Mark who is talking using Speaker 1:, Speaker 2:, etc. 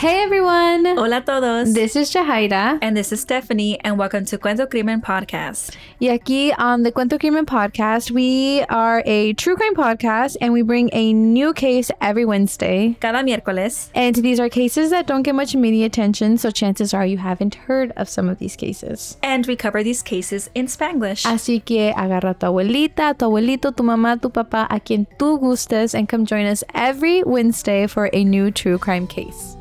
Speaker 1: Hey everyone!
Speaker 2: Hola a todos.
Speaker 1: This is Jahaira.
Speaker 2: and this is Stephanie, and welcome to Cuento Crimen Podcast.
Speaker 1: Y aquí on the Cuento Crimen podcast, we are a true crime podcast and we bring a new case every Wednesday.
Speaker 2: Cada miércoles,
Speaker 1: And these are cases that don't get much media attention, so chances are you haven't heard of some of these cases.
Speaker 2: and we cover these cases in Spanglish.
Speaker 1: Así que agarra a tu abuelita, tu abuelito, tu mamá, tu papá, a quien tú gustes, and come join us every Wednesday for a new true crime case.